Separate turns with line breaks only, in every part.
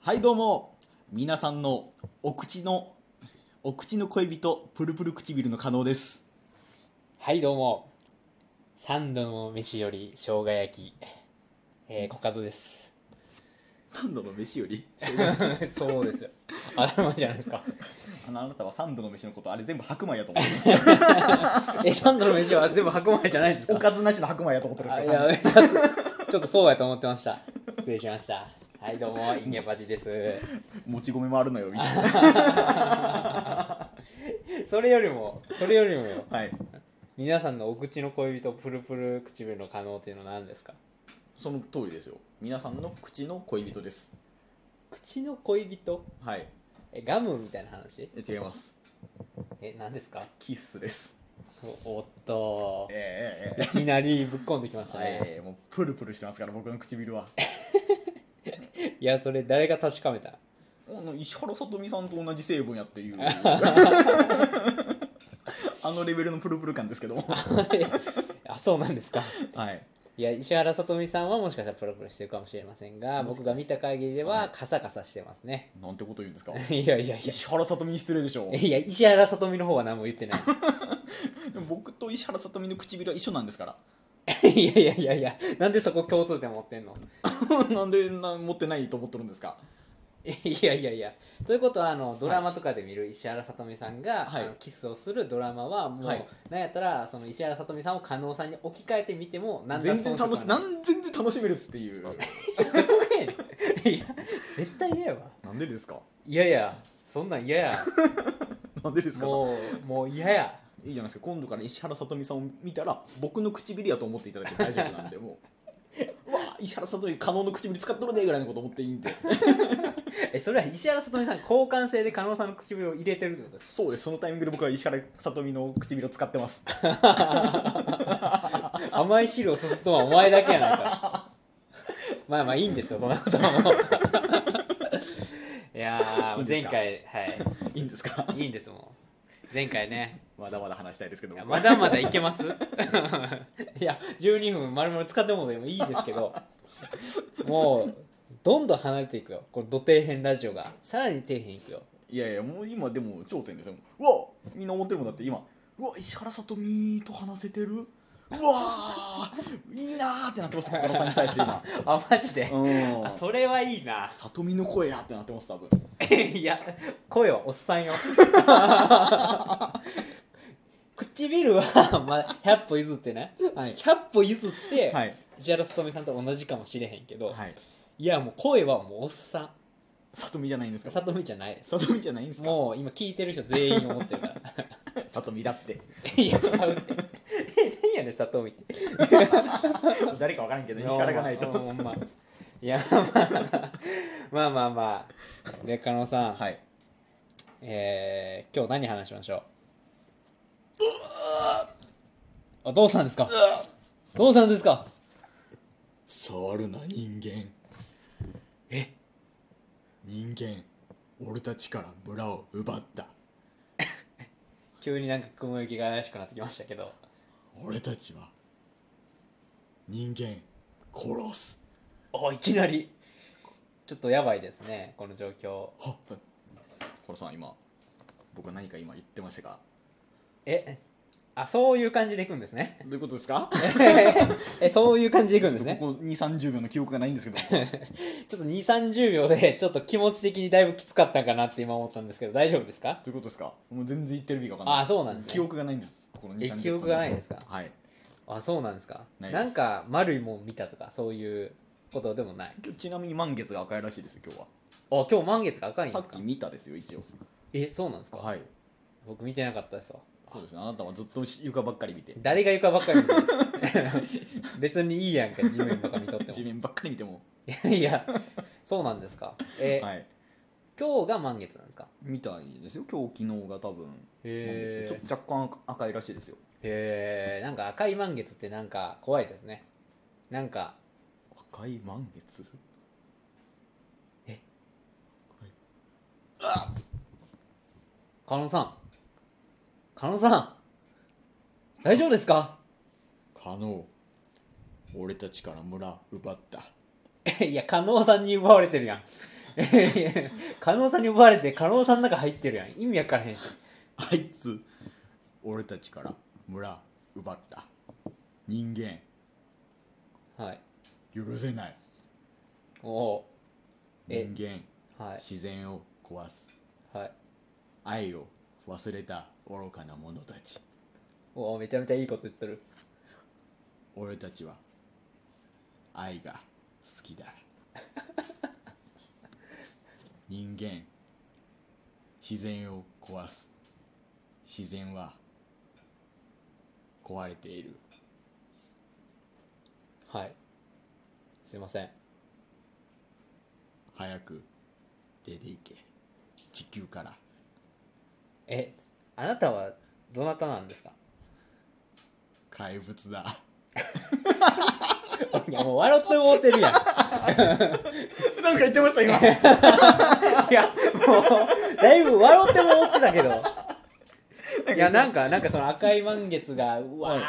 はいどうも皆さんのお口のお口の恋人プルプル唇の加納です
はいどうも三度の飯より生姜焼きえー、コカドです
三度の飯より
そうですよあらまじゃないですか
あのあなたは三度の飯のことあれ全部白米やと思ってます
え三度の飯は全部白米じゃないんです
お
か
かずなしの白米やと思ってるん
あ
で
い
す か
やちょっとそうやと思ってました失礼しましたはいどうもインゲンパティです
もち米もあるのよみたい な
それよりもそれよりもよ
はい
皆さんのお口の恋人プルプル唇の可能っていうのは何ですか
その通りですよ皆さんの口の恋人です
口の恋人
はい
えガムみたいな話
え違います
え何ですか
キッスです
おおっと
えええええ
いきなりぶっこんできまし
え
たね
ええもうプルプルしてますから僕の唇は
いやそれ誰が確かめた
あの石原さとみさんと同じ成分やっていうあのレベルのプルプル感ですけども
あそうなんですか
はい
いや石原さとみさんはもしかしたらプロプロしてるかもしれませんが
もしかし
僕が見た限りで
はい
はカサカサしてます ね、
なんてこと言うんですか
いやいやい
石原さとみに失礼でしょ
やいや石原さとみの方は何も言ってな
でも僕と石原さとみの唇は一緒なんですから
い いやいやいやいやなんでそこ共通点持ってんの
なんでな持ってないと思ってるんですか
いやいやいやということはあのドラマとかで見る石原さとみさんが、
はい
あのキスをするドラマはもう、
はい
なんやったらその石原さとみさんを加納さんに置き換えてみてもなんだ
全然楽し
な
なんん全然楽しめるっていう
いや絶対嫌やわ
なんでですか
いやいやそんなん嫌 や
なんでですか
もうもう嫌や
いいじゃないですか今度から石原さとみさんを見たら僕の唇やと思っていただけて大丈夫なんでも ううわ石原さとみ可能の唇使っとるねぐらいのこと思っていいんで
えそれは石原さとみさん交換性で加納さんの唇を入れてるってことです
そうですそのタイミングで僕は石原さとみの唇を使って ます
か甘い汁をすすっとんはお前だけやないか まあまあいいんですよそんなこと はもういやー
いいんで
前
すか
回はい
いんですか
いいんですもん前回ね
まだまだ話したいですけど
い
僕
や
は
まだまだいけます いや12分丸々使ってもでもいいですけど もうどんどん離れていくよこの土底辺ラジオがさらに底辺いくよ
いやいやもう今でも頂点ですようわみんな思ってるもんだって今うわ石原さとみと話せてるうわーいいなーってなってます岡野さんに対して今
あマジで、
うん
あそれはいいな
さとみの声やってなってます多分
いや声はおっさん よ唇は、まあ、100歩譲ってね、
はい
100歩譲って、
はい
石原さとみさんと同じかもしれへんけど、
はい
い、やもう声はもうおっさ
さとみじゃないんです
ん
か
さとみじゃないです
さとみじゃないんですか
もう今聞いてる人全員思ってるから
さとみだって
いや違うってえ何やねんさとみって
誰かわからんけど石原がない
うん
と
ほんまいやまあまあまあまあで加納さん、
はい
えー、今日何話しましょうあどうしたんですかどうしたんですか
触るな人間
え
人間俺たちから村を奪った
急になんか雲行きが怪しくなってきましたけど
俺たちは人間殺す
おいきなりちょっとやばいですねこの状況
はっコロさん今僕は何か今言ってましたか
えあそういう感じでいくんですね
どういうことですか
えそういう感じでいくんですね
ここ2 3 0秒の記憶がないんですけど
ちょっと2、30秒で、ちょっと気持ち的にだいぶきつかったんかなって今思ったんですけど、大丈夫ですか
どういうことですかもう全然言ってる意味が分かんない
あそうなんですね
記憶がないんですこの2 3 0
え
秒の
記憶がないですか
はい
あ、そうなんですか
な
ない
です
んか、丸いもん見たとか、そういうことでもない。
今日ちなみに満月が赤いらしいですよ今日は
あ、今日満月が赤いん
さ
で
っ
すか
き見たですよ一応
え、そうなんですか
はい
僕見てなかったですわ。
そうですねあなたはずっと床ばっかり見て
誰が床ばっかり見てる 別にいいやんか、地面とか見とって
地
も
面ばっかり見ても、。
いやいや、そうなんですか。え、
はい
今日が満月なんですか
みたいですよ今日昨日が多分
へ
ちょ
え。
若干赤いらしいですよ
へえ、なんか赤い満月ってなんか怖いですね。なんか、
赤い満月
え
赤い
加納さん加納さん大丈夫ですか
可能俺たちから村奪った
いや加納さんに奪われてるやん 加納さんに奪われて加納さんの中入ってるやん意味わからへんし
あいつ俺たちから村奪った人間
はい
許せない
おおえ
人間
はい
自然を壊す
はい
愛を忘れた愚かな者たち
おおめちゃめちゃいいこと言ってる
俺たちは愛が好きだ 人間自然を壊す自然は壊れている
はいすいません
早く出ていけ地球から
えあなたはどなたなんですか
怪物だ
いやもう笑ってもうてるやん
なんか言ってました今
いやもうだいぶ笑っても思ってたけどいやなんかなんかその赤い満月がうわ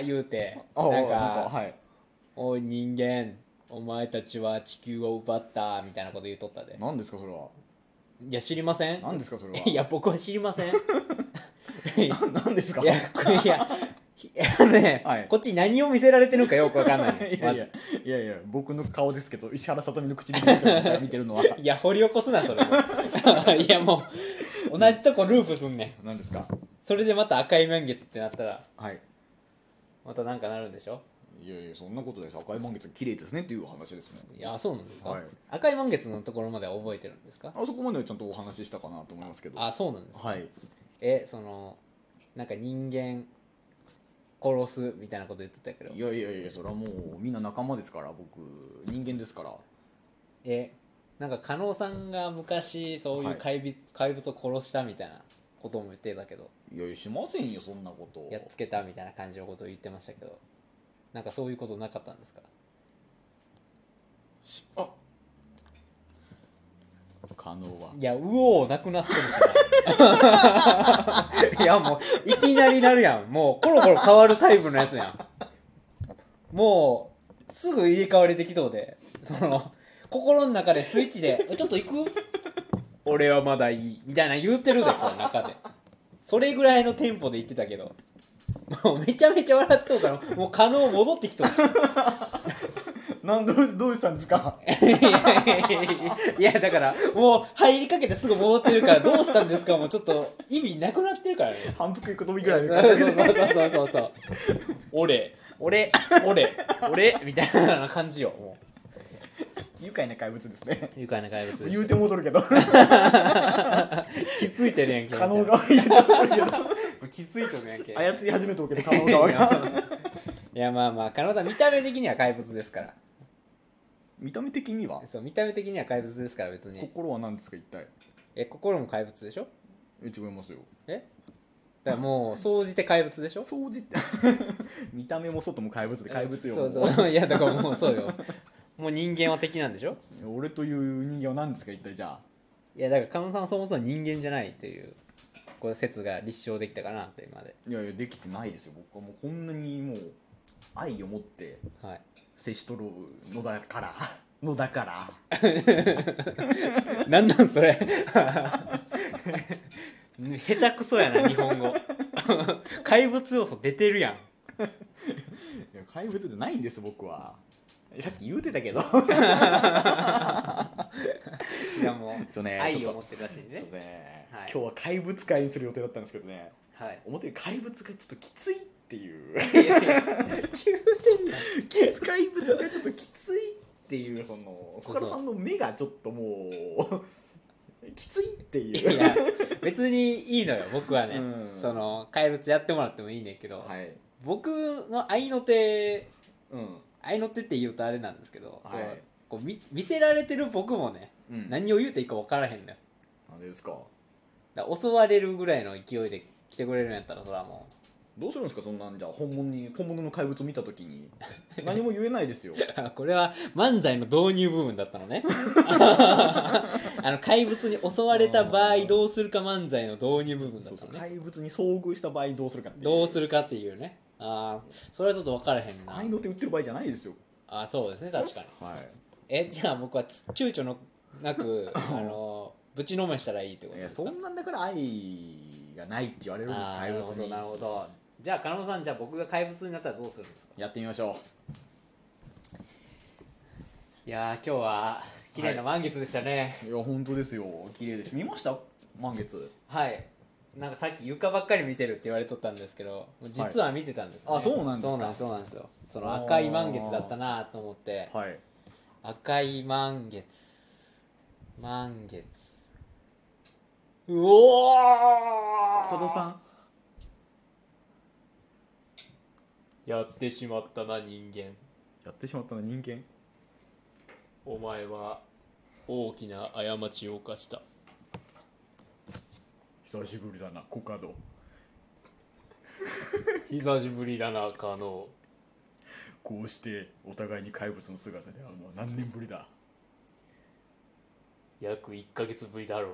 ー言うて
あ
なん
なんか
か
はい
「おい人間お前たちは地球を奪った」みたいなこと言うとったで
何ですかそれはい
や知りません
何ですかそれ はい
や僕は知り ませんいや
何ですか
いやいやいやね、
はい
こっちに何を見せられてるのかよくわかんないね
いやいや
ま
いやいや僕の顔ですけど石原さとみの唇ですけど僕が見てる のは
ずいや掘り起こすなそれも いやもう同じとこループすんねん
何ですか
それでまた赤い満月ってなったら
はい
またなんかなるんでしょ
いやいやそんなことです赤い満月綺麗ですねっていう話ですもん
いやそうなんですか、
はい
赤い満月のところまでは覚えてるんですか
あそこまではちゃんとお話ししたかなと思いますけどは
あそうなんですか
い
えそのなんか人間殺すみたいなこと言ってたけど
いやいやいやそれはもうみんな仲間ですから僕人間ですから
えなんか加納さんが昔そういう怪物,、怪物を殺したみたいなことも言ってたけど
いやいやしませんよそんなこと
やっつけたみたいな感じのことを言ってましたけどなんかそういうことなかったんですか
しあ可能はい
やうおーなくなってるじゃん いやもういきなりなるやんもうコロコロ変わるタイプのやつやんもうすぐ入れ替わりできそうでその心の中でスイッチで「えちょっと行く俺はまだいい」みたいな言うてるでこの中でそれぐらいのテンポで言ってたけどもうめちゃめちゃ笑っとうからもう可能戻ってきとる
なんどうどうしたんです か
いやだからもう入りかけてすぐ戻ってるからどうしたんですかもうちょっと意味なくなってるからね
反復横跳びぐら
そ
いうで
そう
す
そ
か
うそうそうそう俺俺俺俺みたいな感じよも
愉快な怪物ですね
う愉快な怪物
言うて戻るけ ど
気づいてるやんけ
可能側言うて戻るけど
気づいてるやんけ
操り始めておけど可能側が
いやまあまあ加納さん見た目的には怪物ですから
見た目的には
そう見た目的には怪物ですから別に
心は何ですか一体
え心も怪物でしょ
え違いますよ
えだからもう総じて怪物でしょ
掃除って 見た目も外も怪物で怪物よ
そう そういやだからもうそ うよもう人間は敵なんでしょ
俺という人間は何ですか一体じゃあ
いやだから狩野さんはそもそも人間じゃないというこう説が立証できたかなと今で
いやいやできてないですよ僕はもうこんなにもう愛を持って
はい
接しとるのだから のだから
何なんそれ 下手くそやな日本語 怪物要素出てるやん
いや怪物じゃないんです僕はさっき言うてたけど
いやもう
とね
愛
ちょ
を
っと
持ってるらしいね
ね
はい
今日は怪物会にする予定だったんですけどね
はい
思ったより怪物がちょっときついっていう
いやいや言うてんの
怪物がちょっときついっていうその
そう
岡田さんの目がちょっともうきついっていう
いや別にいいのよ僕はね、
うん
その怪物やってもらってもいいねんけど、
はい
僕の愛の手
うん
愛の手って言うとあれなんですけど、
はい
こうこう見見せられてる僕もね、
うん
何を言うていいか分からへんのよ
なんでですか
だから襲われるぐらいの勢いで来てくれるんやったらそらも
どうするんですかそんなんじゃ本物に本物の怪物を見た時に何も言えないですよ
う これは漫才の導入部分だった のねあの怪物に襲われた場合どうするか漫才の導入部分だ
そう
った
そう
のね
怪物に遭遇した場合どうするかっていう
どうするかっていうねああそれはちょっと分からへんな
愛の手打ってる場合じゃないですよ
あーそうですね確かに
はい
えじゃあ僕はつ躊躇のなくあのぶちのめしたらいいってこと
い
で
や
す
そ
か
んなんだから愛がないって言われるんです
あーな
怪
る
物
ほど
に
なるほどじゃあ金本さんじゃあ僕が怪物になったらどうするんですか
やってみましょ
いやー今日は綺麗な満月でしたね
ういや本当ですよ綺麗でしょ見ました満月
はい、なんかさっき床ばっかり見てるって言われとったんですけど実は見てたんです、ね
あそうなんですか
そうなんそうなんですよその赤い満月だったなと思って
はい
赤い満月満月うおー
佐藤さん
やってしまったな人間
やってしまったの人間
お前は大きな過ちを犯した
久しぶりだなコカド
久しぶりだな可能
こうしてお互いに怪物の姿で会うのは何年ぶりだ
約1ヶ月ぶりだろう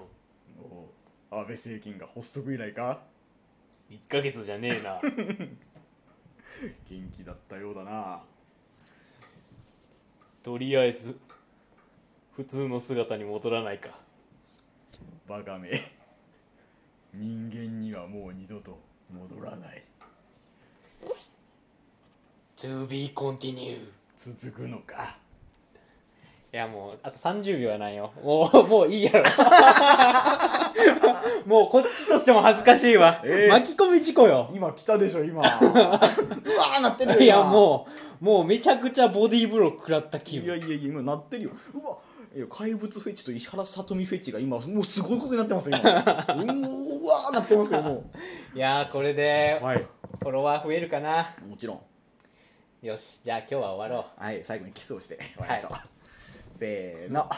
おう安倍政権が発足以来か
1ヶ月じゃねえ な
元気だったようだな
とりあえず普通の姿に戻らないか
バカめ人間にはもう二度と戻らない
To be continue い
続くのか
やもうあと30秒はないよもうもういいや ろもうこっちとしても恥ずかしいわ、
ええ
巻き込み事故よ
今来たでしょ 今うわーなってるよ
いやもうもうめちゃくちゃボディーブロー食らった気
いや
分
いやいや今なってるようわいや怪物フェチと石原さとみフェチが今もうすごいことになってますよ 今うんうわーなってますよも
いやーこれで
うはい
フォロワー増えるかな
もちろん
よしじゃあ今日は終わろう
はい最後にキスをして終わりましょう、
は
せーの、